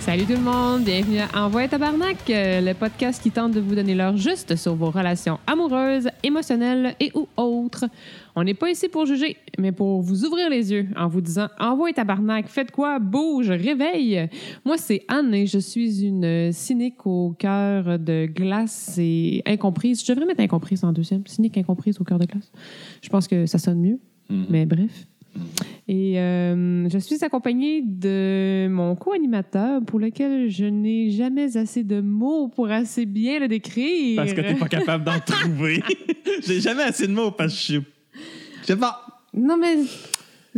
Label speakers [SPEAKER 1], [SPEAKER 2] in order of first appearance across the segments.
[SPEAKER 1] Salut tout le monde, bienvenue à Envoie Tabarnak, euh, le podcast qui tente de vous donner l'heure juste sur vos relations amoureuses, émotionnelles et ou autres. On n'est pas ici pour juger, mais pour vous ouvrir les yeux en vous disant Envoie Tabarnak, faites quoi, bouge, réveille. Moi, c'est Anne et je suis une euh, cynique au cœur de glace et incomprise. Je devrais mettre incomprise en deuxième, cynique incomprise au cœur de glace. Je pense que ça sonne mieux,
[SPEAKER 2] Mhm.
[SPEAKER 1] mais bref. Et euh, je suis accompagnée de mon co-animateur pour lequel je n'ai jamais assez de mots pour assez bien le décrire.
[SPEAKER 2] Parce que t'es pas capable d'en trouver. J'ai jamais assez de mots parce que je suis. Je sais pas.
[SPEAKER 1] Non, mais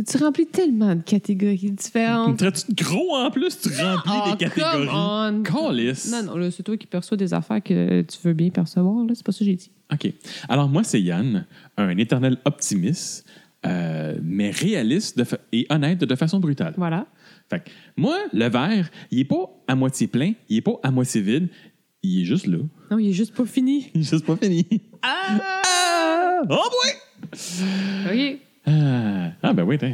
[SPEAKER 1] tu remplis tellement de catégories
[SPEAKER 2] Tu me
[SPEAKER 1] différentes.
[SPEAKER 2] traites de gros en plus? Tu remplis
[SPEAKER 1] Oh,
[SPEAKER 2] des catégories.
[SPEAKER 1] come on.
[SPEAKER 2] Calisse.
[SPEAKER 1] Non, non, là, c'est toi qui perçois des affaires que tu veux bien percevoir. là. C'est pas ça que j'ai dit.
[SPEAKER 2] OK. Alors, moi, c'est Yann, un éternel optimiste, euh, mais réaliste de fa- et honnête de façon brutale.
[SPEAKER 1] Voilà.
[SPEAKER 2] Fait que moi, le verre, il est pas à moitié plein, il est pas à moitié vide, il est juste là.
[SPEAKER 1] Non, il est juste pas fini.
[SPEAKER 2] Il est juste pas fini. Ah! Oh, boy!
[SPEAKER 1] OK.
[SPEAKER 2] Ah, Ah, ben oui, t'as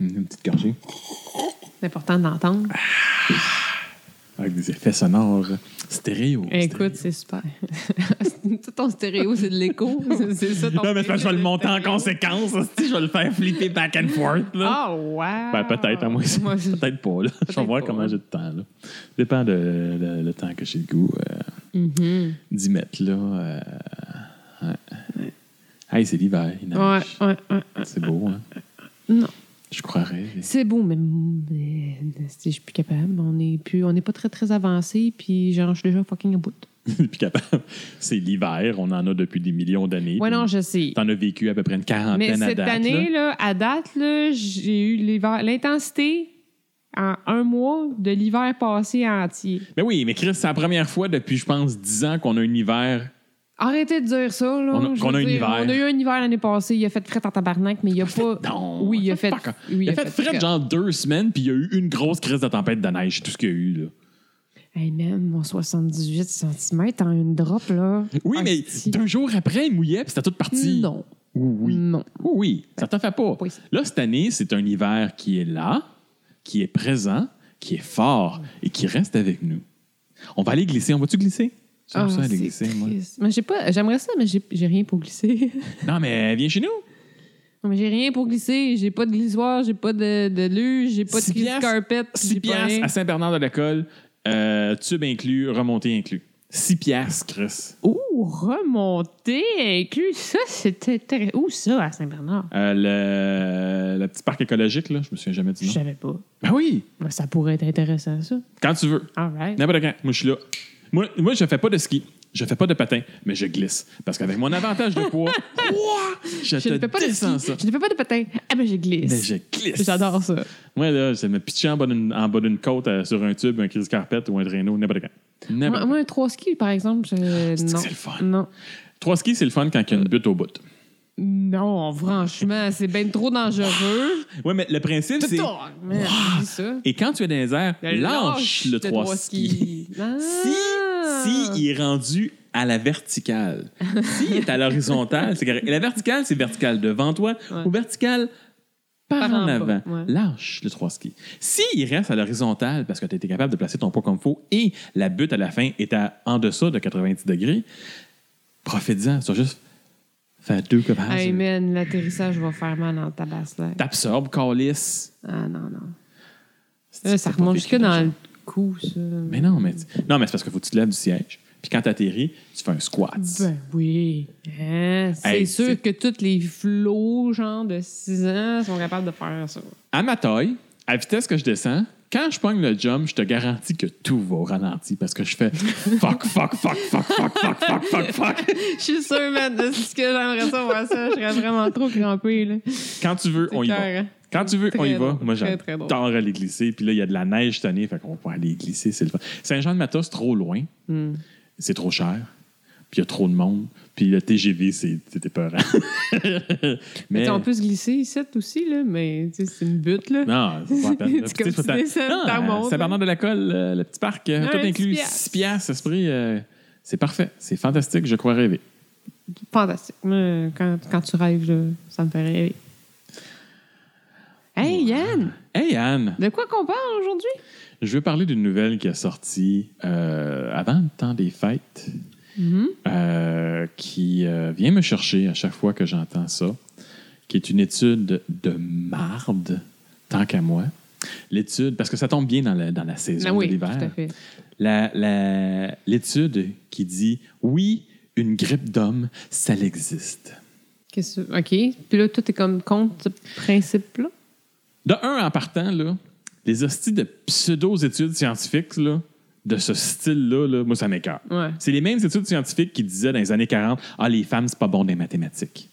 [SPEAKER 2] une petite gorgée.
[SPEAKER 1] C'est important d'entendre.
[SPEAKER 2] Avec des effets sonores stéréo.
[SPEAKER 1] Écoute, c'est super. Tout ton stéréo, c'est de l'écho. C'est- C'est ça ton
[SPEAKER 2] Non, mais c'est parce que je vais le monter en
[SPEAKER 1] stéréo.
[SPEAKER 2] conséquence. hostie, Je vais le faire flipper back and forth. Là.
[SPEAKER 1] Ah, ouais.
[SPEAKER 2] Ben, peut-être, à moi. c'est-
[SPEAKER 1] Moi, je-
[SPEAKER 2] Peut-être pas. Là. je vais
[SPEAKER 1] Peut-être
[SPEAKER 2] voir
[SPEAKER 1] pas.
[SPEAKER 2] comment j'ai de temps. Là. Dépend de, de- le temps que j'ai le goût euh,
[SPEAKER 1] Mhm.
[SPEAKER 2] d'y mettre. Là, euh, ouais. Hey, c'est l'hiver. Il
[SPEAKER 1] Ouais,
[SPEAKER 2] neige.
[SPEAKER 1] ouais, ouais.
[SPEAKER 2] C'est beau, hein?
[SPEAKER 1] Non.
[SPEAKER 2] Je croirais.
[SPEAKER 1] C'est beau, mais, mais si je suis plus capable. On n'est plus, on n'est pas très très avancé, puis genre je suis déjà fucking à bout.
[SPEAKER 2] Puis capable. C'est l'hiver. On en a depuis des millions d'années.
[SPEAKER 1] Ouais,
[SPEAKER 2] puis
[SPEAKER 1] non, je sais.
[SPEAKER 2] T'en as vécu à peu près une quarantaine
[SPEAKER 1] Mais
[SPEAKER 2] à
[SPEAKER 1] cette
[SPEAKER 2] date.
[SPEAKER 1] année là,
[SPEAKER 2] là.
[SPEAKER 1] à date là, j'ai eu l'hiver- l'intensité en un mois de l'hiver passé entier.
[SPEAKER 2] Mais oui, mais Chris, c'est la première fois depuis, je pense, 10 ans qu'on a un hiver.
[SPEAKER 1] Arrêtez de dire ça là.
[SPEAKER 2] On a-
[SPEAKER 1] Je
[SPEAKER 2] qu'on
[SPEAKER 1] veux
[SPEAKER 2] a un
[SPEAKER 1] dire,
[SPEAKER 2] hiver.
[SPEAKER 1] On a eu un hiver l'année passée. Il a fait fret en tabarnak, mais il y a pas.
[SPEAKER 2] Non.
[SPEAKER 1] Oui, il a fait.
[SPEAKER 2] fuck.
[SPEAKER 1] oui,
[SPEAKER 2] il a fait fret genre deux semaines, puis il y a eu une grosse crise de tempête de neige, c'est tout ce qu'il y a eu. Là.
[SPEAKER 1] Hey man, mon 78 cm en une drop là.
[SPEAKER 2] Oui, mais
[SPEAKER 1] Hostie.
[SPEAKER 2] deux jours après, il mouillait, puis c'était tout parti.
[SPEAKER 1] Ah, Non.
[SPEAKER 2] Oui, oui.
[SPEAKER 1] Non.
[SPEAKER 2] Oui, oui, ça t'en fait pas.
[SPEAKER 1] Oui.
[SPEAKER 2] Là, cette année, c'est un hiver qui est là, qui est présent, qui est fort et qui reste avec nous. On va aller glisser. On va-tu glisser? J'aime
[SPEAKER 1] Ah,
[SPEAKER 2] ça, aller
[SPEAKER 1] c'est
[SPEAKER 2] glisser, moi.
[SPEAKER 1] triste. Mais j'ai pas, j'aimerais ça, mais j'ai, j'ai rien pour glisser.
[SPEAKER 2] Non, mais viens chez nous.
[SPEAKER 1] non, mais j'ai rien pour glisser. J'ai pas de glissoire, j'ai pas de, de luge, j'ai pas
[SPEAKER 2] Six
[SPEAKER 1] de crise
[SPEAKER 2] piastres.
[SPEAKER 1] carpet.
[SPEAKER 2] 6
[SPEAKER 1] j'ai pas
[SPEAKER 2] piastres
[SPEAKER 1] rien.
[SPEAKER 2] à Saint-Bernard-de-l'École, euh, tube inclus, remontée inclus. 6 piastres, Chris.
[SPEAKER 1] Ouh, remonter Oh, inclus. Ça, c'était très. Ouh, ça, à Saint-Bernard.
[SPEAKER 2] Euh, le, le petit parc écologique, là, je me souviens jamais du
[SPEAKER 1] Je
[SPEAKER 2] nom.
[SPEAKER 1] savais pas.
[SPEAKER 2] Ben oui,
[SPEAKER 1] Mais ça pourrait être intéressant, ça.
[SPEAKER 2] quand tu veux.
[SPEAKER 1] All right.
[SPEAKER 2] N'importe quand. Moi, je suis là. Moi, moi, je fais pas de ski. Je fais pas de patin, mais je glisse. Parce qu'avec mon avantage de poids, ouah, je,
[SPEAKER 1] Je ne
[SPEAKER 2] te
[SPEAKER 1] fais pas de ski.
[SPEAKER 2] descends ça.
[SPEAKER 1] Je ne fais pas de patin. Ah, ben, je glisse.
[SPEAKER 2] Mais je glisse.
[SPEAKER 1] J'adore ça.
[SPEAKER 2] Moi, là, je me pitcher en bas d'une en bas d'une côte euh, sur un tube, un crise carpet ou un traîneau, n'importe quand. N'importe
[SPEAKER 1] Moi,
[SPEAKER 2] quand.
[SPEAKER 1] moi, un trois skis, par exemple, je.
[SPEAKER 2] Ah, ben. C'est-tu que
[SPEAKER 1] Non.
[SPEAKER 2] c'est le fun?
[SPEAKER 1] Non.
[SPEAKER 2] Trois skis, c'est le fun quand il y a une butte au bout.
[SPEAKER 1] Non, franchement, c'est bien trop dangereux.
[SPEAKER 2] Oui, mais le principe, c'est.
[SPEAKER 1] Oh, man, dis ça.
[SPEAKER 2] Et quand tu es dans les airs, lâche le
[SPEAKER 1] de Ah!
[SPEAKER 2] 3 ski. Si, si il est rendu à la verticale, s'il est à l'horizontale, c'est correct. Et la verticale, c'est verticale devant toi
[SPEAKER 1] Ouais.
[SPEAKER 2] ou verticale par,
[SPEAKER 1] Par en
[SPEAKER 2] en
[SPEAKER 1] bas,
[SPEAKER 2] avant.
[SPEAKER 1] ouais.
[SPEAKER 2] Lâche le 3 ski. S'il reste à l'horizontale parce que tu étais capable de placer ton poids comme il faut et la butte à la fin est à, en deçà de 90 degrés, profite-en. Tu vas juste faire deux comme
[SPEAKER 1] Hey man, l'atterrissage va faire mal en tabasse là.
[SPEAKER 2] T'absorbes, calisse.
[SPEAKER 1] Ah non, non. Là,
[SPEAKER 2] C'est- c'est
[SPEAKER 1] Euh, ça
[SPEAKER 2] pas
[SPEAKER 1] remonte
[SPEAKER 2] pire
[SPEAKER 1] jusque
[SPEAKER 2] que
[SPEAKER 1] dans
[SPEAKER 2] ça.
[SPEAKER 1] le cou, ça.
[SPEAKER 2] Mais non, mais, non, mais c'est parce qu'il faut que tu te lèves du siège. Puis quand tu atterris, tu fais un squat.
[SPEAKER 1] Ben oui. Hein, C'est
[SPEAKER 2] Hey,
[SPEAKER 1] sûr
[SPEAKER 2] c'est-
[SPEAKER 1] que tous les flots, genre de 6 ans, sont capables de faire ça.
[SPEAKER 2] À ma taille, à vitesse que je descends, quand je pogne le jump, je te garantis que tout va au ralenti parce que je fais fuck, fuck, fuck, fuck, fuck, fuck, fuck, fuck, fuck.
[SPEAKER 1] Je suis sûre, man, de ce que j'aimerais ça voir ça. Je serais vraiment trop crampée, là.
[SPEAKER 2] Quand tu veux,
[SPEAKER 1] C'est
[SPEAKER 2] on y va. Eh.
[SPEAKER 1] clair, hein?
[SPEAKER 2] Quand tu veux,
[SPEAKER 1] Très
[SPEAKER 2] on y va.
[SPEAKER 1] drôle,
[SPEAKER 2] Moi,
[SPEAKER 1] très, très drôle.
[SPEAKER 2] j'adore aller glisser. Puis là, il y a de la neige cette année, fait qu'on peut aller glisser, c'est le fun. Saint-Jean-de-Matos, trop loin.
[SPEAKER 1] Hmm.
[SPEAKER 2] C'est trop cher. Puis il y a trop de monde. Puis le TGV, c'est c'est épeurant.
[SPEAKER 1] Mais, t'sais, on peut se glisser ici aussi, là, mais t'sais, c'est une butte, là.
[SPEAKER 2] Non, c'est pas la peine.
[SPEAKER 1] C'est
[SPEAKER 2] Mais tu sais,
[SPEAKER 1] comme
[SPEAKER 2] faut
[SPEAKER 1] si
[SPEAKER 2] t'a-
[SPEAKER 1] tu descends,
[SPEAKER 2] Non,
[SPEAKER 1] t'en
[SPEAKER 2] euh,
[SPEAKER 1] montes.
[SPEAKER 2] Saint-Bernard-de-la-Colle, euh, le petit parc, euh,
[SPEAKER 1] Ouais,
[SPEAKER 2] tout
[SPEAKER 1] un petit
[SPEAKER 2] inclus,
[SPEAKER 1] piastre.
[SPEAKER 2] 6 piastres, ça se prie, euh, C'est parfait. C'est fantastique. Je crois rêver.
[SPEAKER 1] Fantastique. Moi, quand, quand tu rêves, là, ça me fait rêver. Hey, Yann!
[SPEAKER 2] Hey, Anne!
[SPEAKER 1] De quoi qu'on parle aujourd'hui?
[SPEAKER 2] Je veux parler d'une nouvelle qui est sortie euh, avant le temps des fêtes,
[SPEAKER 1] Mm-hmm.
[SPEAKER 2] euh, qui euh, vient me chercher à chaque fois que j'entends ça, qui est une étude de marde, tant qu'à moi. L'étude, parce que ça tombe bien dans la, dans la saison
[SPEAKER 1] Ah
[SPEAKER 2] de
[SPEAKER 1] oui, tout
[SPEAKER 2] l'hiver.
[SPEAKER 1] à fait.
[SPEAKER 2] La- la- L'étude qui dit oui, une grippe d'homme, ça existe.
[SPEAKER 1] Qu'est-ce que- OK. Puis là, tout est comme contre ce principe-là.
[SPEAKER 2] De un, en partant, là, les hosties de pseudo-études scientifiques là, de ce style-là, là, moi, ça m'écœure.
[SPEAKER 1] Ouais.
[SPEAKER 2] C'est les mêmes études scientifiques qui disaient dans les années 40 Ah, les femmes, c'est pas bon des mathématiques.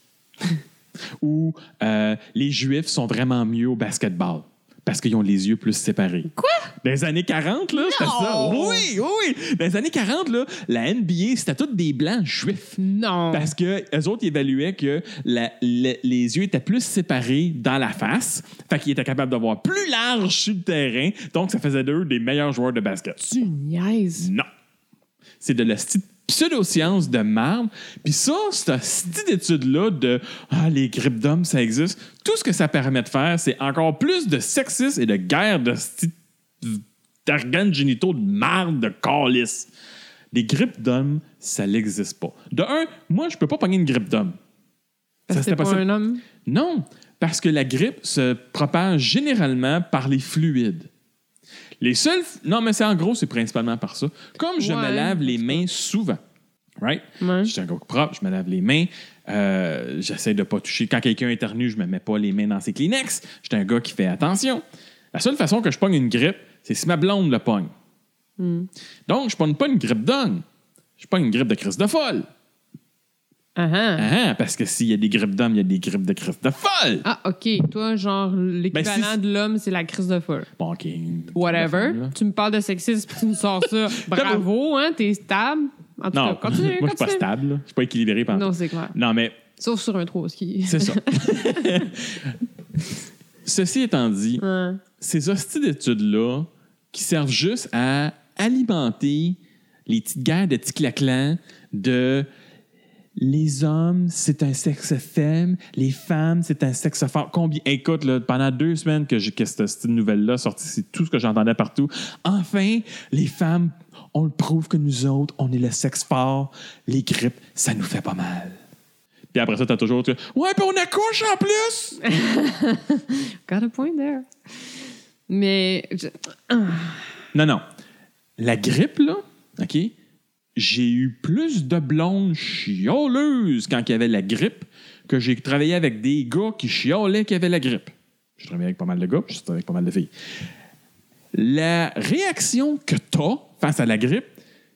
[SPEAKER 2] Ou euh, les juifs sont vraiment mieux au basketball parce qu'ils ont les yeux plus séparés.
[SPEAKER 1] Quoi?
[SPEAKER 2] Dans les années 40, là, c'était ça.
[SPEAKER 1] Non!
[SPEAKER 2] Oui, oui. Dans les années 40, là, la NBA, c'était toutes des blancs juifs.
[SPEAKER 1] Non.
[SPEAKER 2] Parce que les autres ils évaluaient que la- le- les yeux étaient plus séparés dans la face, fait qu'ils étaient capables de voir plus large sur le terrain, donc ça faisait d'eux des meilleurs joueurs de basket.
[SPEAKER 1] Tu niaises.
[SPEAKER 2] Non. C'est de la sti- pseudo-science de marbre. Puis ça, cette style d'étude-là de Ah, les grippes d'hommes, ça existe. Tout ce que ça permet de faire, c'est encore plus de sexisme et de guerre de sti- d'organes génitaux de marde de calice. Les grippes d'hommes, ça n'existe pas. De un, moi, je peux pas pogner une grippe d'homme.
[SPEAKER 1] Parce que
[SPEAKER 2] c'était
[SPEAKER 1] c'est pas
[SPEAKER 2] possible.
[SPEAKER 1] un homme.
[SPEAKER 2] Non, parce que la grippe se propage généralement par les fluides. Les seuls. Non, mais c'est en gros, c'est principalement par ça. Comme je
[SPEAKER 1] Ouais,
[SPEAKER 2] me lave les
[SPEAKER 1] en tout
[SPEAKER 2] mains souvent, right?
[SPEAKER 1] Ouais.
[SPEAKER 2] Je suis un gars propre, je me lave les mains. euh, J'essaie de pas toucher. Quand quelqu'un éternue, je me mets pas les mains dans ses Kleenex. Je suis un gars qui fait attention. La seule façon que je pogne une grippe, c'est si ma blonde le pogne.
[SPEAKER 1] Hmm.
[SPEAKER 2] Donc, je pogne pas une grippe d'homme. Je pogne une grippe de crise de folle.
[SPEAKER 1] Ah, ah.
[SPEAKER 2] Ah, ah, parce que s'il y a des grippes d'hommes, il y a des grippes de crise de folle.
[SPEAKER 1] Ah, OK. Toi, genre, l'équivalent
[SPEAKER 2] Ben, si-
[SPEAKER 1] de l'homme, c'est la crise de folle.
[SPEAKER 2] Bon, OK.
[SPEAKER 1] Whatever.
[SPEAKER 2] Là.
[SPEAKER 1] Tu me parles de sexisme puis tu me sors ça. Bravo, hein? T'es stable. En tout
[SPEAKER 2] Non,
[SPEAKER 1] cas, continue.
[SPEAKER 2] moi, je suis pas
[SPEAKER 1] continue.
[SPEAKER 2] stable. là. Je suis pas équilibré pendant.
[SPEAKER 1] Non,
[SPEAKER 2] Non,
[SPEAKER 1] c'est clair.
[SPEAKER 2] non mais
[SPEAKER 1] Sauf sur un trou ski.
[SPEAKER 2] c'est ça. Ceci étant dit,
[SPEAKER 1] Ouais.
[SPEAKER 2] ces hosties d'études-là qui servent juste à alimenter les petites guerres de petits claclans de les hommes, c'est un sexe faible, les femmes, c'est un sexe fort. Combien? Écoute, là, pendant deux semaines que, j'ai- que cette, cette nouvelle-là sortie, c'est tout ce que j'entendais partout. Enfin, les femmes, on le prouve que nous autres, on est le sexe fort. Les grippes, ça nous fait pas mal. Puis après ça, t'as toujours... tu- Ouais, puis on accouche en plus!
[SPEAKER 1] Got a point there. Mais je-
[SPEAKER 2] Non, non. La grippe, là, OK? J'ai eu plus de blondes chioleuses quand il y avait la grippe que j'ai travaillé avec des gars qui chiolaient qu'il y avait la grippe. J'ai travaillé avec pas mal de gars, puis j'ai travaillé avec pas mal de filles. La réaction que t'as face à la grippe,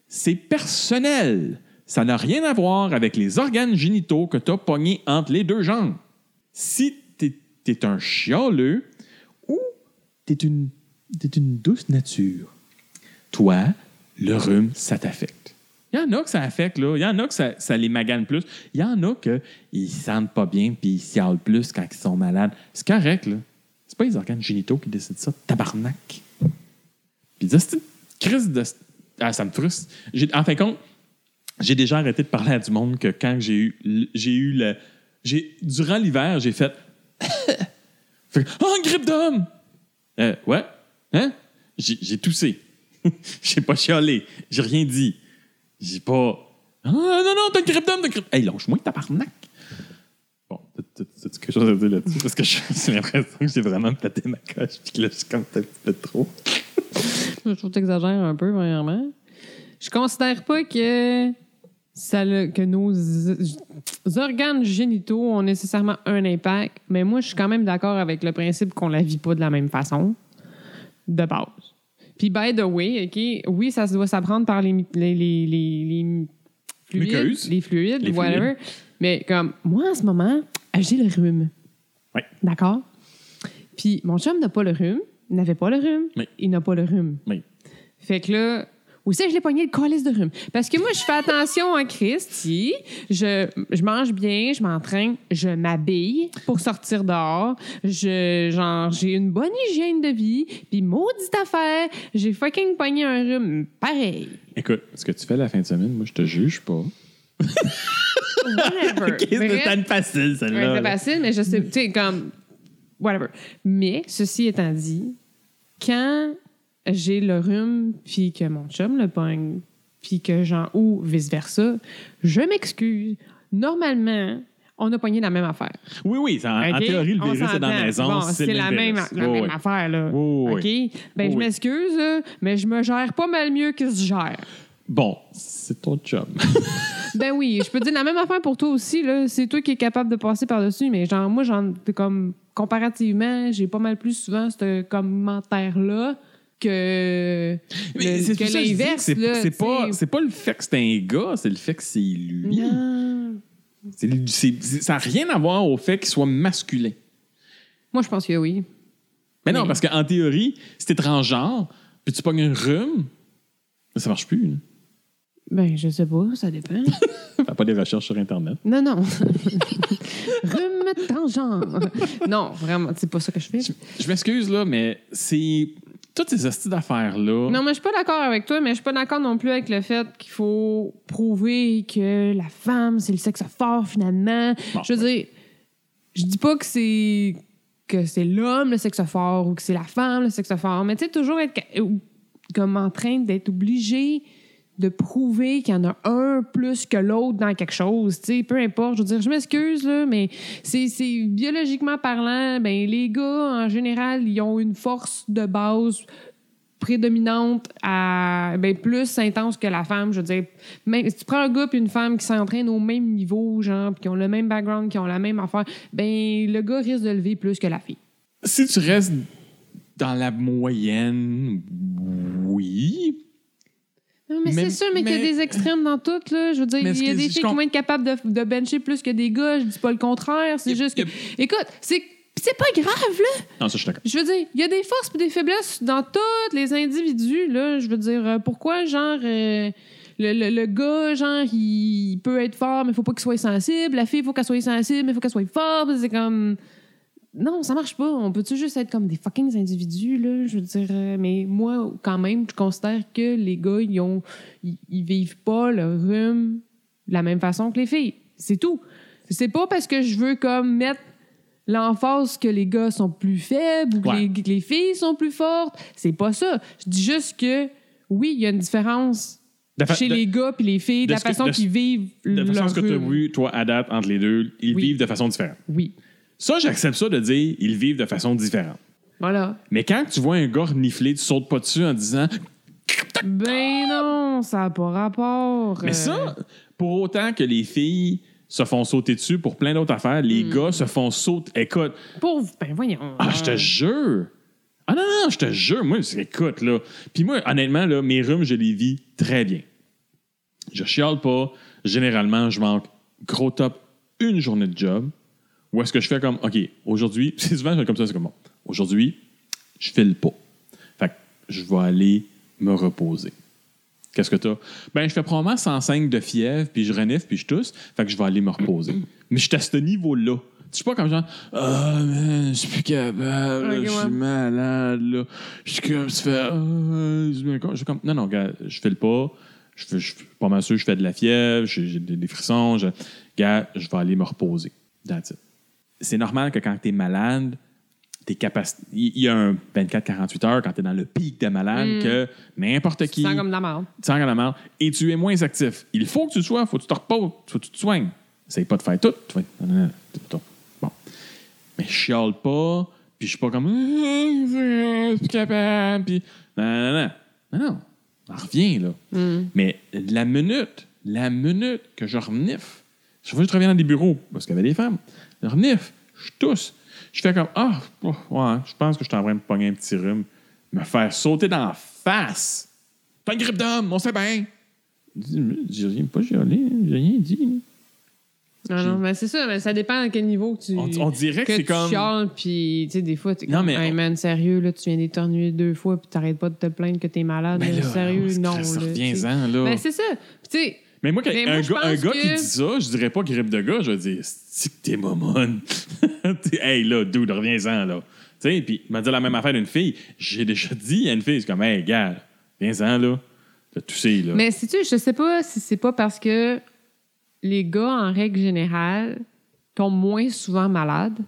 [SPEAKER 2] c'est personnel. Ça n'a rien à voir avec les organes génitaux que t'as pognés entre les deux jambes. Si t'es es un chioleux ou t'es une, t'es une douce nature. Toi, le rhume, ça t'affecte. Il y en a que ça affecte, là. Il y en a que ça, ça les magane plus. Il y en a que ils sentent pas bien puis ils chialent plus quand ils sont malades. C'est correct, là. C'est pas les organes génitaux qui décident ça. Tabarnak. Puis ça, c'est une crise de... Ah, ça me frustre. J'ai- En fin de compte, j'ai déjà arrêté de parler à du monde que quand j'ai eu... l- J'ai eu le... j'ai- Durant l'hiver, j'ai fait... fait que, oh, une grippe d'homme! Euh, ouais? Hein? J'ai j'ai toussé. J'ai pas chialé. J'ai rien dit. J'ai pas. Ah, non, non, t'as une grippe d'homme, t'as une grippe. Hey, lâche-moi, tabarnak! Bon, t'as- t'as- t'as-tu quelque chose à dire là-dessus? Parce que je- j'ai l'impression que j'ai vraiment pété ma coche, puis que là, je suis comme peut-être un petit peu trop.
[SPEAKER 1] je trouve que t'exagères un peu, premièrement. Je considère pas que, ça le- que nos z- organes génitaux ont nécessairement un impact, mais moi, je suis quand même d'accord avec le principe qu'on la vit pas de la même façon, de base. Puis, by the way, OK, oui, ça se doit s'apprendre par les, mi- les, les, les, les fluides,
[SPEAKER 2] Muqueuses.
[SPEAKER 1] les fluides,
[SPEAKER 2] Les
[SPEAKER 1] whatever. Mais comme, moi, en ce moment, j'ai le rhume.
[SPEAKER 2] Ouais.
[SPEAKER 1] D'accord? Puis, mon chum n'a pas le rhume, n'avait pas le rhume,
[SPEAKER 2] Oui.
[SPEAKER 1] il n'a pas le rhume.
[SPEAKER 2] Oui.
[SPEAKER 1] Fait que là, Ou ça, je l'ai pogné le calice de rhume. Parce que moi, je fais attention en Christie. Je, je mange bien, je m'entraîne, je m'habille pour sortir dehors. Je, genre, j'ai une bonne hygiène de vie. Puis, maudite affaire, j'ai fucking pogné un rhume pareil.
[SPEAKER 2] Écoute, ce que tu fais la fin de semaine, moi, je te juge pas.
[SPEAKER 1] Whatever.
[SPEAKER 2] Qu'est-ce
[SPEAKER 1] Bref,
[SPEAKER 2] que t'as de facile,
[SPEAKER 1] Ouais,
[SPEAKER 2] celle-là?
[SPEAKER 1] c'est
[SPEAKER 2] là?
[SPEAKER 1] facile, mais je sais, tu sais, comme, whatever. Mais, ceci étant dit, quand j'ai le rhume, puis que mon chum le pogne, puis que j'en ou vice-versa, je m'excuse. Normalement, on a pogné la même affaire.
[SPEAKER 2] Oui, oui, ça- en
[SPEAKER 1] OK?
[SPEAKER 2] théorie, le
[SPEAKER 1] On
[SPEAKER 2] virus est dans la
[SPEAKER 1] s'entend.
[SPEAKER 2] maison.
[SPEAKER 1] Bon, c'est
[SPEAKER 2] le
[SPEAKER 1] la même,
[SPEAKER 2] virus.
[SPEAKER 1] la
[SPEAKER 2] Oui,
[SPEAKER 1] même
[SPEAKER 2] oui.
[SPEAKER 1] affaire, là.
[SPEAKER 2] Oui,
[SPEAKER 1] OK?
[SPEAKER 2] oui.
[SPEAKER 1] Ben,
[SPEAKER 2] Oui,
[SPEAKER 1] je
[SPEAKER 2] oui.
[SPEAKER 1] m'excuse, là, mais je me gère pas mal mieux que se gère.
[SPEAKER 2] Bon, c'est ton job.
[SPEAKER 1] Ben oui, je peux dire la même affaire pour toi aussi. Là. C'est toi qui es capable de passer par-dessus, mais genre, moi, j'en, comme, comparativement, j'ai pas mal plus souvent ce commentaire-là que, le-
[SPEAKER 2] c'est
[SPEAKER 1] que
[SPEAKER 2] pour ça que je dis que
[SPEAKER 1] l'inverse.
[SPEAKER 2] c'est-
[SPEAKER 1] là,
[SPEAKER 2] C'est pas,
[SPEAKER 1] tu sais.
[SPEAKER 2] c'est pas le fait que c'est un gars, c'est le fait que c'est lui.
[SPEAKER 1] Non.
[SPEAKER 2] C'est- c'est- c'est- ça n'a rien à voir au fait qu'il soit masculin.
[SPEAKER 1] Moi, je pense que oui.
[SPEAKER 2] Mais non,
[SPEAKER 1] Mais-
[SPEAKER 2] parce qu'en théorie, si t'es transgenre, puis tu pognes un rhume, ça marche plus. là.
[SPEAKER 1] Ben, je sais pas, ça dépend.
[SPEAKER 2] Fais pas des recherches sur Internet.
[SPEAKER 1] non, non. Rhume transgenre. Non, vraiment, c'est pas ça que je fais.
[SPEAKER 2] Je, je m'excuse, là, mais c'est... Toutes ces hosties d'affaires-là...
[SPEAKER 1] Non, mais je suis pas d'accord avec toi, mais je suis pas d'accord non plus avec le fait qu'il faut prouver que la femme, c'est le sexe fort finalement.
[SPEAKER 2] Bon,
[SPEAKER 1] je veux dire, je dis pas que c'est que c'est l'homme le sexe fort ou que c'est la femme le sexe fort, mais tu sais toujours être ca- ou- comme en train d'être obligé de prouver qu'il y en a un plus que l'autre dans quelque chose, tu sais, peu importe. Je veux dire, je m'excuse, là, mais c'est c'est- biologiquement parlant, ben les gars, en général, ils ont une force de base prédominante à ben, plus intense que la femme, je veux dire. Même, si tu prends un gars et une femme qui s'entraînent au même niveau, genre, puis qui ont le même background, qui ont la même affaire, ben le gars risque de lever plus que la fille.
[SPEAKER 2] Si tu restes dans la moyenne, oui.
[SPEAKER 1] Non, mais,
[SPEAKER 2] Mais-
[SPEAKER 1] c'est sûr, mais, qu'il y
[SPEAKER 2] mais-
[SPEAKER 1] a des extrêmes dans tout, là. Je veux dire,
[SPEAKER 2] Mais
[SPEAKER 1] il y a
[SPEAKER 2] excuse-
[SPEAKER 1] des
[SPEAKER 2] je
[SPEAKER 1] filles qui
[SPEAKER 2] com-
[SPEAKER 1] vont être capables de, de bencher plus que des gars, je dis pas le contraire, c'est
[SPEAKER 2] Y a-
[SPEAKER 1] juste que...
[SPEAKER 2] y
[SPEAKER 1] Écoute, c'est... C'est pas grave, là!
[SPEAKER 2] Non, ça, je suis d'accord.
[SPEAKER 1] Je veux dire, il y a des forces et des faiblesses dans tous les individus, là. Je veux dire, euh, pourquoi, genre, euh, le, le- le gars, genre, il peut être fort, mais il faut pas qu'il soit sensible. La fille, il faut qu'elle soit sensible, mais il faut qu'elle soit forte. C'est comme... Non, ça marche pas. On peut-tu juste être comme des fucking individus, là? Je veux dire, euh, mais moi, quand même, je considère que les gars, ils, ont, ils, ils vivent pas le rhume de la même façon que les filles. C'est tout. C'est pas parce que je veux comme mettre l'emphase que les gars sont plus faibles ou que,
[SPEAKER 2] Ouais.
[SPEAKER 1] les, que les filles sont plus fortes. C'est pas ça. Je dis juste que, oui, il y a une différence
[SPEAKER 2] De fa-
[SPEAKER 1] chez
[SPEAKER 2] de-
[SPEAKER 1] les gars puis les filles, de,
[SPEAKER 2] de
[SPEAKER 1] la
[SPEAKER 2] ce que-
[SPEAKER 1] façon
[SPEAKER 2] de ce-
[SPEAKER 1] qu'ils vivent
[SPEAKER 2] De
[SPEAKER 1] leur
[SPEAKER 2] la façon que tu as
[SPEAKER 1] rhume.
[SPEAKER 2] vu, toi, à date, entre les deux, ils
[SPEAKER 1] Oui.
[SPEAKER 2] vivent de façon différente.
[SPEAKER 1] Oui.
[SPEAKER 2] Ça, j'accepte ça de dire ils vivent de façon différente.
[SPEAKER 1] Voilà.
[SPEAKER 2] Mais quand tu vois un gars renifler, tu sautes pas dessus en disant
[SPEAKER 1] Ben non, ça n'a pas rapport.
[SPEAKER 2] Mais
[SPEAKER 1] euh,
[SPEAKER 2] ça, pour autant que les filles se font sauter dessus pour plein d'autres affaires, les gars se font sauter. Écoute,
[SPEAKER 1] Pauvre, ben voyons.
[SPEAKER 2] ah, je te jure! Ah non, non, non, je te jure, moi, c'est- écoute, là. Puis moi, honnêtement, là, mes rhumes, je les vis très bien. Je chiale pas. Généralement, je manque gros top une journée de job. Ou est-ce que je fais comme, OK, aujourd'hui, c'est souvent je fais comme ça, c'est comme bon. Aujourd'hui, je file pas. Fait que je vais aller me reposer. Qu'est-ce que t'as? Ben, je fais probablement 105 de fièvre, puis je renifle, puis je tousse. Fait que je vais aller me reposer. Mais je suis à ce niveau-là. Je suis pas comme genre, ah, man, je suis plus capable, là,
[SPEAKER 1] Ok,
[SPEAKER 2] je suis
[SPEAKER 1] ouais.
[SPEAKER 2] malade, là. Je suis comme, ça fait, ah, je me con- je suis comme, non, non, gars, je file pas. Je fais- je suis pas mal sûr que je fais de la fièvre, j'ai j'ai des, des frissons. Je, gars, je vais aller me reposer. That's it. C'est normal que quand t'es malade, tes capacités. Il il y a un 24-48 heures quand t'es dans le pic de malade que n'importe
[SPEAKER 1] Mm. Tu
[SPEAKER 2] qui.
[SPEAKER 1] te sens comme de la merde.
[SPEAKER 2] Tu sens comme la merde et tu es moins actif. Il faut que tu le sois, faut que tu te reposes, faut que tu te soignes. Essaye pas de faire tout. tu vas être- non, non, non, tout, tout. Bon. Mais je chiale pas, puis je suis pas comme. Euh, Je suis plus capable, puis. Non, non, non. Non, non. On revient, là. Mais la minute, la minute que je renifle, chaque fois que je reviens dans des bureaux, parce qu'il y avait des femmes, je renifle, je tousse. Je fais comme Ah, oh, ouais, je pense que je suis en train de me pogner un petit rhume. Me faire sauter dans la face. T'as une grippe d'homme, on sait bien. J'ai rien pas chialé, j'ai rien dit.
[SPEAKER 1] Non, non, mais c'est ça, mais ça dépend à quel niveau que tu.
[SPEAKER 2] On, on dirait que,
[SPEAKER 1] que
[SPEAKER 2] c'est
[SPEAKER 1] tu
[SPEAKER 2] comme.
[SPEAKER 1] chiales, puis tu sais, des fois, tu
[SPEAKER 2] Non, mais
[SPEAKER 1] Hey
[SPEAKER 2] on-
[SPEAKER 1] man, sérieux, là, tu viens d'éternuer deux fois, puis t'arrêtes pas de te plaindre que t'es malade.
[SPEAKER 2] Ben
[SPEAKER 1] là,
[SPEAKER 2] là,
[SPEAKER 1] sérieux,
[SPEAKER 2] c'est-
[SPEAKER 1] non.
[SPEAKER 2] ça
[SPEAKER 1] là, tu sais.
[SPEAKER 2] Reviens-en, là.
[SPEAKER 1] Ben, c'est ça. Puis, tu sais,
[SPEAKER 2] Mais moi, quand
[SPEAKER 1] Mais
[SPEAKER 2] un,
[SPEAKER 1] moi, je
[SPEAKER 2] gars, un
[SPEAKER 1] pense
[SPEAKER 2] gars
[SPEAKER 1] que-
[SPEAKER 2] qui dit ça, je dirais pas grippe de gars, je dis c'est que t'es momone. T'es- hey là, dude, reviens-en là. Tu sais, puis il m'a dit la même affaire d'une fille. J'ai déjà dit à une fille, c'est comme hey gars, viens-en là. T'as toussé là.
[SPEAKER 1] Mais si tu je sais pas si c'est pas parce que les gars, en règle générale, tombent moins souvent malades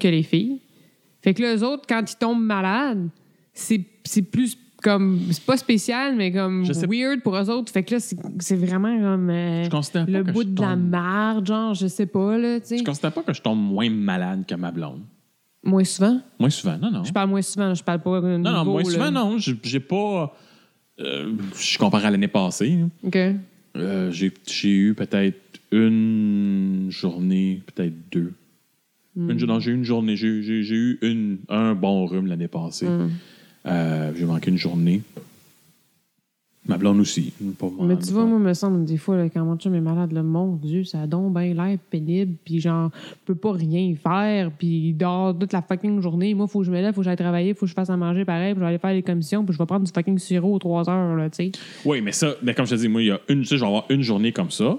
[SPEAKER 1] que les filles. Fait que les autres, quand ils tombent malades, c'est c'est plus comme. C'est pas spécial, mais comme
[SPEAKER 2] Je sais-
[SPEAKER 1] weird pour eux autres. Fait que là, c'est c'est vraiment comme. euh,
[SPEAKER 2] Je considère pas
[SPEAKER 1] le
[SPEAKER 2] que
[SPEAKER 1] bout
[SPEAKER 2] je
[SPEAKER 1] de la
[SPEAKER 2] tombe-
[SPEAKER 1] marde, genre, je sais pas, là, tu sais.
[SPEAKER 2] Je considère pas que je tombe moins malade que ma blonde.
[SPEAKER 1] Moins souvent.
[SPEAKER 2] Moins souvent, non, non.
[SPEAKER 1] Je parle moins souvent, là, je parle pas.
[SPEAKER 2] Non, non, moins souvent, non. J'ai j'ai pas. euh, je compare à l'année passée. hein.
[SPEAKER 1] OK.
[SPEAKER 2] Euh, j'ai j'ai eu peut-être une journée, peut-être deux.
[SPEAKER 1] Hmm.
[SPEAKER 2] Une, jour- non, j'ai eu une journée. J'ai eu- j'ai- j'ai eu une, un bon rhume l'année passée.
[SPEAKER 1] Hmm.
[SPEAKER 2] Euh, j'ai manqué une journée. Ma blonde aussi. pas moi,
[SPEAKER 1] Mais tu vois, moi, me semble, des fois, là, quand mon chum est malade, là, mon Dieu, ça donne bien l'air pénible, puis genre, je peux pas rien faire, puis il dort toute la fucking journée. Moi, faut que je me lève, faut que j'aille travailler, faut que je fasse à manger pareil, puis je vais aller faire les commissions, puis je vais prendre du fucking sirop aux trois heures, là, tu sais.
[SPEAKER 2] Oui, mais ça, mais comme je te dis, moi, il y a une, tu sais, je vais avoir une journée comme ça.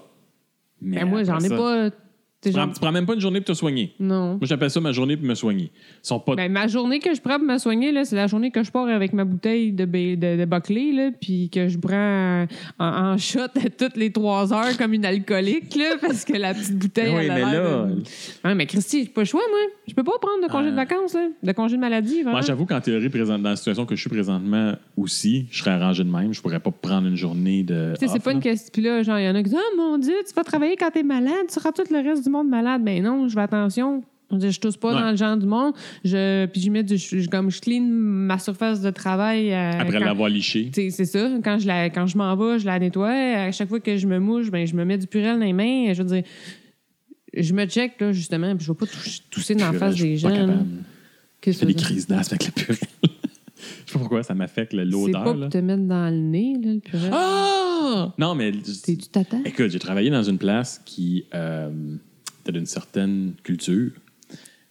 [SPEAKER 2] Mais
[SPEAKER 1] Ben, moi, j'en
[SPEAKER 2] après
[SPEAKER 1] ai
[SPEAKER 2] ça,
[SPEAKER 1] pas. tu sais,
[SPEAKER 2] Tu prends,
[SPEAKER 1] genre,
[SPEAKER 2] tu prends même pas une journée pour te soigner.
[SPEAKER 1] non.
[SPEAKER 2] Moi, j'appelle ça ma journée pour me soigner. Ils sont pas
[SPEAKER 1] Ben, ma journée que je prends pour me soigner, là, c'est la journée que je pars avec ma bouteille de, ba- de, de Buckley, là, puis que je prends en, en shot à toutes les trois heures comme une alcoolique, là, parce que la petite bouteille.
[SPEAKER 2] Oui,
[SPEAKER 1] elle a
[SPEAKER 2] mais
[SPEAKER 1] l'air
[SPEAKER 2] là-
[SPEAKER 1] de- Ouais, mais Christy, j'ai pas le choix, moi. Je peux pas prendre de congé
[SPEAKER 2] Ah.
[SPEAKER 1] de vacances, là, de congé de maladie. Vraiment.
[SPEAKER 2] Moi, j'avoue qu'en théorie, présente, dans la situation que je suis présentement aussi, je serais arrangé de même. Je pourrais pas prendre une journée de.
[SPEAKER 1] Tu sais, c'est
[SPEAKER 2] off,
[SPEAKER 1] pas une
[SPEAKER 2] là.
[SPEAKER 1] question. Puis là, genre, il y en a qui disent Oh mon Dieu, tu vas travailler quand t'es malade, tu rends tout le reste du monde malade. Ben non, je fais attention. Je dis, je tousse pas
[SPEAKER 2] Ouais.
[SPEAKER 1] dans le genre du monde. Je, puis je mets du. je- comme je clean ma surface de travail. euh,
[SPEAKER 2] Après
[SPEAKER 1] quand-
[SPEAKER 2] l'avoir liché.
[SPEAKER 1] Tu sais, c'est ça. Quand je, la, quand je m'en vais, je la nettoie. À chaque fois que je me mouche, ben, je me mets du purel dans les mains. Je veux dire, je me check, là, justement, puis je ne vais pas toucher- tousser dans la face
[SPEAKER 2] Je suis
[SPEAKER 1] des
[SPEAKER 2] pas
[SPEAKER 1] gens. là.
[SPEAKER 2] capable.
[SPEAKER 1] Qu'est-ce
[SPEAKER 2] Je fais des
[SPEAKER 1] que tu veux dire?
[SPEAKER 2] crises d'asthme avec le purée. je sais pas pourquoi ça m'affecte le-
[SPEAKER 1] C'est pas
[SPEAKER 2] l'odeur.
[SPEAKER 1] pour
[SPEAKER 2] là.
[SPEAKER 1] te mettre dans le nez, là, le purel.
[SPEAKER 2] Ah! Non, mais.
[SPEAKER 1] T'es du tata?
[SPEAKER 2] Écoute, j'ai travaillé dans une place qui euh, était d'une certaine culture.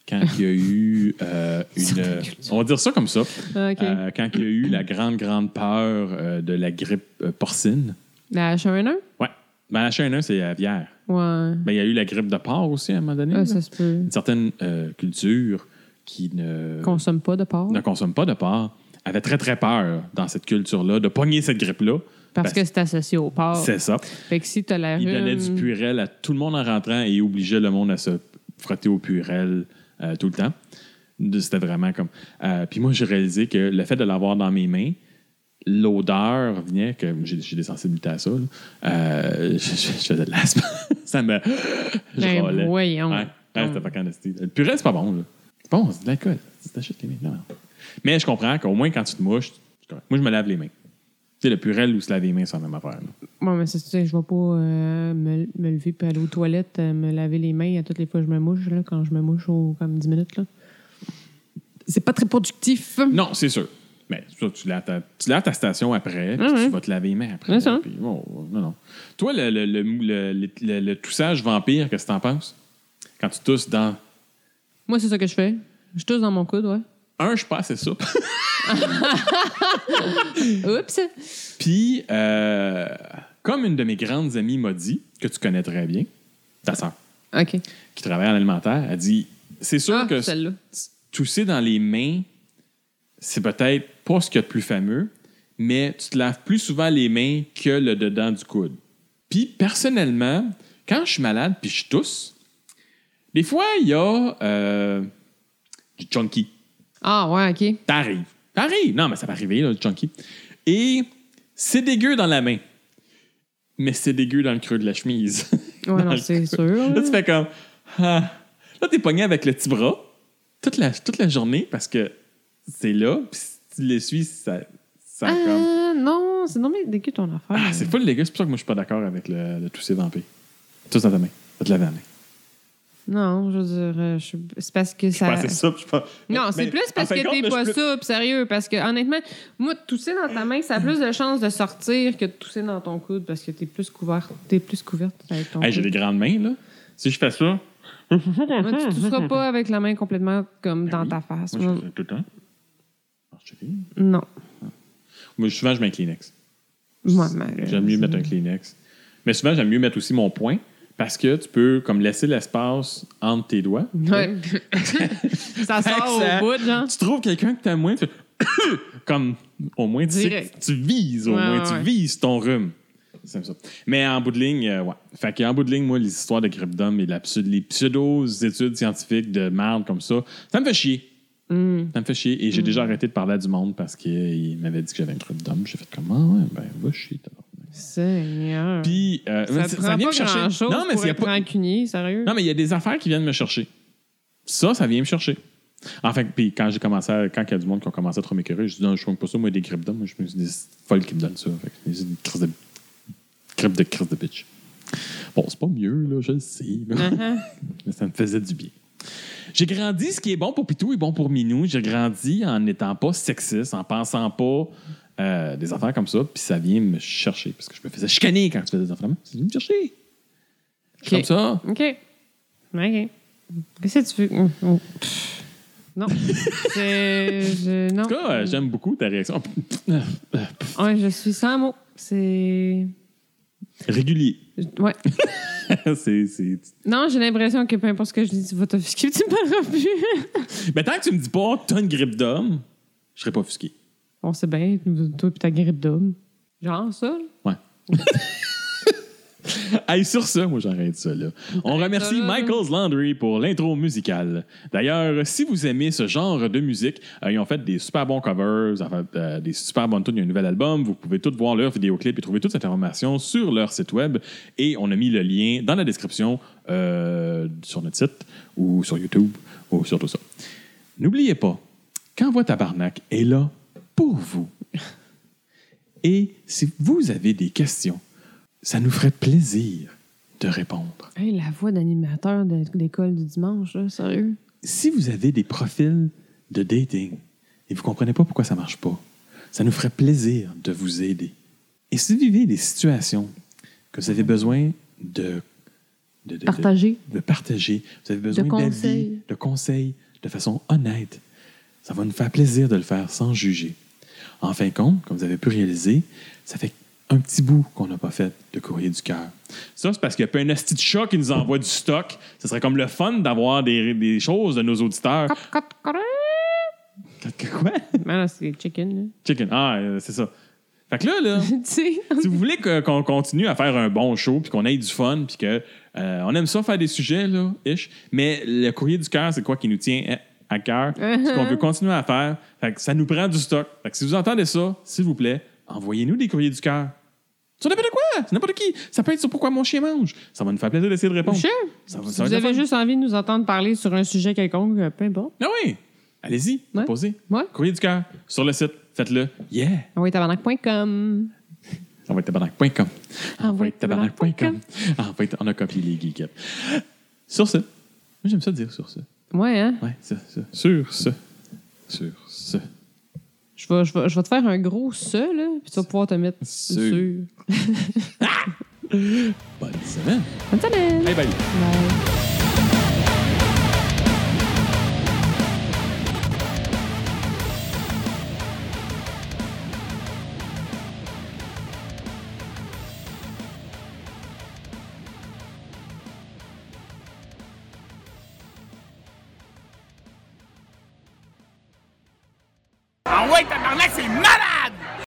[SPEAKER 2] Quand il y a eu euh, une.
[SPEAKER 1] Certaine culture.
[SPEAKER 2] On va dire ça comme ça.
[SPEAKER 1] Ah, OK.
[SPEAKER 2] Euh, quand il y a eu la grande, grande peur euh, de la grippe euh, porcine.
[SPEAKER 1] La H1N1?
[SPEAKER 2] Ouais. Ben, la chaîne 1, c'est aviaire.
[SPEAKER 1] Ouais.
[SPEAKER 2] Ben, il y a eu la grippe de porc aussi à un moment donné.
[SPEAKER 1] Ah,
[SPEAKER 2] là.
[SPEAKER 1] ça se peut.
[SPEAKER 2] Une certaine euh, culture qui ne,
[SPEAKER 1] Consomme pas de porc.
[SPEAKER 2] ne consomme pas de porc avait très, très peur dans cette culture-là de pogner cette grippe-là.
[SPEAKER 1] Parce que c'est associé au porc.
[SPEAKER 2] C'est ça.
[SPEAKER 1] Fait que si t'as la
[SPEAKER 2] Il donnait du
[SPEAKER 1] rhume-
[SPEAKER 2] purel à tout le monde en rentrant et il obligeait le monde à se frotter au purel euh, tout le temps. De- C'était vraiment comme. Euh, puis moi, j'ai réalisé que le fait de l'avoir dans mes mains, l'odeur venait, que j'ai j'ai des sensibilités à ça, là. Euh, je, je- je faisais de l'asthme. ça me. Je
[SPEAKER 1] Ben,
[SPEAKER 2] râlais.
[SPEAKER 1] voyons. Hum.
[SPEAKER 2] Ouais, ouais, c'était pas candestin. Le purée, c'est pas bon, là. C'est bon, c'est de l'alcool. Tu t'achètes les mains. Non, non. Mais je comprends qu'au moins, quand tu te mouches, tu- moi, je me lave les mains. Tu sais, le purel ou se laver les mains, c'est la même affaire. là.
[SPEAKER 1] Ouais, mais c'est ça, je vais pas euh, me, me lever puis aller aux toilettes, euh, me laver les mains à toutes les fois que je me mouche, là, quand je me mouche au, comme 10 minutes. Là. C'est pas très productif.
[SPEAKER 2] Non, c'est sûr. Mais c'est ça, tu laves ta, tu laves ta station après, puis
[SPEAKER 1] Ah ouais.
[SPEAKER 2] tu vas te laver les mains après.
[SPEAKER 1] C'est ça.
[SPEAKER 2] puis bon, non, non. Toi, le, le, le, le- le- le- le toussage vampire, qu'est-ce que t'en penses? Quand tu tousses dans...
[SPEAKER 1] Moi, c'est ça que je fais. Je tousse dans mon coude, ouais.
[SPEAKER 2] Un, je passe, c'est ça.
[SPEAKER 1] Oups!
[SPEAKER 2] puis, euh, comme une de mes grandes amies m'a dit, que tu connais très bien, ta sœur,
[SPEAKER 1] OK.
[SPEAKER 2] qui travaille en alimentaire, elle dit, c'est sûr
[SPEAKER 1] Ah,
[SPEAKER 2] que
[SPEAKER 1] celle-là.
[SPEAKER 2] tousser dans les mains, c'est peut-être pas ce qu'il y a de plus fameux, mais tu te laves plus souvent les mains que le dedans du coude. Puis personnellement, quand je suis malade puis je tousse, des fois il y a euh, du chunky.
[SPEAKER 1] Ah, ouais, OK.
[SPEAKER 2] T'arrives. T'arrives. Non, mais ça va arriver, là, le chunky. Et c'est dégueu dans la main. Mais c'est dégueu dans le creux de la chemise.
[SPEAKER 1] Ouais,
[SPEAKER 2] Dans
[SPEAKER 1] non,
[SPEAKER 2] le
[SPEAKER 1] c'est
[SPEAKER 2] creux.
[SPEAKER 1] sûr. là.
[SPEAKER 2] Là, tu fais comme. Ah. Là, t'es pogné avec le petit bras toute la, toute la journée parce que c'est là, puis si tu l'essuies, ça, ça comme.
[SPEAKER 1] Ah, non, c'est non, mais dès que ton affaire.
[SPEAKER 2] Ah, c'est full dégueu, c'est pour ça que moi, je suis pas d'accord avec le, le tousser vampire. Tous dans ta main. Va te laver la main.
[SPEAKER 1] Non, je veux dire, euh, je- c'est parce que
[SPEAKER 3] Je
[SPEAKER 1] ça.
[SPEAKER 3] pensais ça, puis je pense-
[SPEAKER 1] Non,
[SPEAKER 3] Mais-
[SPEAKER 1] c'est
[SPEAKER 3] mais,
[SPEAKER 1] plus parce
[SPEAKER 3] en fin
[SPEAKER 1] que
[SPEAKER 3] de
[SPEAKER 1] t'es
[SPEAKER 3] compte,
[SPEAKER 1] pas
[SPEAKER 3] je suis plus-
[SPEAKER 1] souple, sérieux. Parce que, honnêtement, moi, de tousser dans ta main, ça a plus de chances de sortir que de tousser dans ton coude parce que t'es plus couverte. T'es plus couverte avec ton
[SPEAKER 2] Hey, j'ai
[SPEAKER 1] coude.
[SPEAKER 2] des grandes mains, là. Si je fais ça, moi,
[SPEAKER 1] Moi, tu tousseras pas avec la main complètement comme dans
[SPEAKER 2] Ben oui.
[SPEAKER 1] ta face.
[SPEAKER 2] je
[SPEAKER 1] Moi,
[SPEAKER 2] fais ça tout le temps. Alors, je checker.
[SPEAKER 1] non.
[SPEAKER 2] Moi, souvent, je mets un Kleenex.
[SPEAKER 1] Moi, mais- euh,
[SPEAKER 2] J'aime mieux mettre un Kleenex. Mais souvent, j'aime mieux mettre aussi mon poing parce que tu peux comme laisser l'espace entre tes doigts.
[SPEAKER 1] Ouais. ça
[SPEAKER 2] Fait que
[SPEAKER 1] sort
[SPEAKER 2] ça-
[SPEAKER 1] au bout, genre.
[SPEAKER 2] Tu trouves quelqu'un que t'aimes moins, tu fais comme au moins tu, sais
[SPEAKER 1] Direct.
[SPEAKER 2] que tu vises, au
[SPEAKER 1] Ouais,
[SPEAKER 2] moins
[SPEAKER 1] ouais,
[SPEAKER 2] tu
[SPEAKER 1] ouais.
[SPEAKER 2] vises ton rhume. C'est ça. Mais en bout de ligne, euh, ouais. Fait qu'en bout de ligne, moi, les histoires de grippe d'homme et la pseudo, les pseudo-études scientifiques de merde comme ça, ça me fait chier.
[SPEAKER 1] Hum.
[SPEAKER 2] Ça me fait chier. Et j'ai déjà arrêté de parler à du monde parce qu'il m'avait dit que j'avais un truc d'homme. J'ai fait comment? ouais, ben, va chier, t'as
[SPEAKER 1] Seigneur.
[SPEAKER 2] Puis, euh,
[SPEAKER 1] ça
[SPEAKER 2] mais
[SPEAKER 1] te
[SPEAKER 2] ça
[SPEAKER 1] prend
[SPEAKER 2] vient
[SPEAKER 1] pas
[SPEAKER 2] me chercher.
[SPEAKER 1] grand-chose
[SPEAKER 2] non, mais
[SPEAKER 1] pour
[SPEAKER 2] il y a
[SPEAKER 1] être
[SPEAKER 2] pas-
[SPEAKER 1] rancunier, sérieux.
[SPEAKER 2] non, mais il y a des affaires qui viennent me chercher. Ça, ça vient me chercher. Enfin, puis quand j'ai commencé, à- quand il y a du monde qui a commencé à trop m'écœurer, je dis non, je ne pas ça, moi, des grippes d'hommes. Moi, je me suis dit, c'est folle qui me donne ça. Fait que c'est une crise de grippe de crise de bitch. Bon, c'est pas mieux, là, je le sais. là.
[SPEAKER 1] Mm-hmm. Uh-huh.
[SPEAKER 2] mais ça me faisait du bien. J'ai grandi, ce qui est bon pour Pitou est bon pour Minou. J'ai grandi en n'étant pas sexiste, en pensant pas euh, des affaires comme ça, puis ça vient me chercher. Parce que je me faisais chicaner quand tu faisais des affaires. de même. Ça vient me chercher.
[SPEAKER 1] Ok.
[SPEAKER 2] Comme ça.
[SPEAKER 1] OK. OK. Qu'est-ce que tu veux? Hum, oh. Pff. Non. C'est. Je... Non.
[SPEAKER 2] En tout cas, euh, j'aime beaucoup ta réaction.
[SPEAKER 1] Ouais, je suis sans mots. C'est.
[SPEAKER 2] Régulier.
[SPEAKER 1] Ouais.
[SPEAKER 2] c'est, c'est-
[SPEAKER 1] Non, j'ai l'impression que peu importe ce que je dis, tu vas t'offusquer, tu me parleras plus.
[SPEAKER 2] Mais tant que tu me dis pas, t'as une grippe d'homme, je serais pas offusqué.
[SPEAKER 1] On sait bien, toi pis ta grippe d'homme. Genre ça, là.
[SPEAKER 2] Ouais. Allez, sur ce, moi j'arrête ça là. On remercie
[SPEAKER 1] ça, là.
[SPEAKER 2] Michael's Landry pour l'intro musicale. D'ailleurs, si vous aimez ce genre de musique, euh, ils ont fait des super bons covers, ils ont fait, euh, des super bonnes tunes, il y a un nouvel album. Vous pouvez tout voir leur vidéoclip et trouver toute cette information sur leur site web. Et on a mis le lien dans la description euh, sur notre site ou sur YouTube ou sur tout ça. N'oubliez pas, Qu'envoi Tabarnak est là pour vous. Et si vous avez des questions, ça nous ferait plaisir de répondre.
[SPEAKER 1] Hey, la voix d'animateur de l'école du dimanche, là, sérieux.
[SPEAKER 2] Si vous avez des profils de dating et vous ne comprenez pas pourquoi ça ne marche pas, ça nous ferait plaisir de vous aider. Et si vous vivez des situations que vous avez besoin de, de- de- de-
[SPEAKER 1] Partager.
[SPEAKER 2] de partager, vous avez besoin d'avis,
[SPEAKER 1] conseils.
[SPEAKER 2] de conseils, de façon honnête, ça va nous faire plaisir de le faire sans juger. En fin de compte, comme vous avez pu réaliser, ça fait un petit bout qu'on n'a pas fait de courrier du cœur. Ça, c'est parce qu'il n'y a pas un asti de chat qui nous envoie du stock. Ce serait comme le fun d'avoir des, des choses de nos auditeurs.
[SPEAKER 1] Cop, cop, cop.
[SPEAKER 2] Quoi?
[SPEAKER 1] Ah, là, c'est chicken,
[SPEAKER 2] Chicken. Ah, euh, c'est ça. Fait que là, là,
[SPEAKER 1] là. tu sais.
[SPEAKER 2] si vous voulez que- qu'on continue à faire un bon show, puis qu'on ait du fun, puis que euh, on aime ça faire des sujets là, ish, mais le courrier du cœur, c'est quoi qui nous tient eh, à cœur, ce qu'on veut continuer à faire. Fait que ça nous prend du stock. Fait que si vous entendez ça, s'il vous plaît, envoyez-nous des courriers du cœur. Sur n'importe quoi, sur n'importe qui. Ça peut être sur pourquoi mon chien mange. Ça va nous faire plaisir d'essayer de répondre.
[SPEAKER 1] Sure.
[SPEAKER 2] Ça va-
[SPEAKER 1] Si
[SPEAKER 2] ça va
[SPEAKER 1] vous
[SPEAKER 2] être le
[SPEAKER 1] avez
[SPEAKER 2] fun.
[SPEAKER 1] juste envie de nous entendre parler sur un sujet quelconque, euh, peu importe.
[SPEAKER 2] Ah oui, allez-y,
[SPEAKER 1] Ouais.
[SPEAKER 2] posez.
[SPEAKER 1] Ouais.
[SPEAKER 2] Courrier du cœur sur le site, faites-le. Yeah.
[SPEAKER 1] Envoyetabarnak.com.
[SPEAKER 2] On va être tabarnak.com. On va être tabarnak.com.
[SPEAKER 1] tabarnak.com.
[SPEAKER 2] On va être- on a copié les geekettes. Sur ce, moi j'aime ça dire sur ce.
[SPEAKER 1] Ouais, hein?
[SPEAKER 2] Ouais, ça, ça. Sur ce. Sur ce.
[SPEAKER 1] Je vais, je, vais, je vais te faire un gros se, là, puis tu vas pouvoir te mettre
[SPEAKER 2] Se.
[SPEAKER 1] sur.
[SPEAKER 2] Bonne semaine.
[SPEAKER 1] Bonne semaine!
[SPEAKER 2] Bye bye.
[SPEAKER 1] Bye.
[SPEAKER 4] Ah ouais, tabarnak, c'est malade!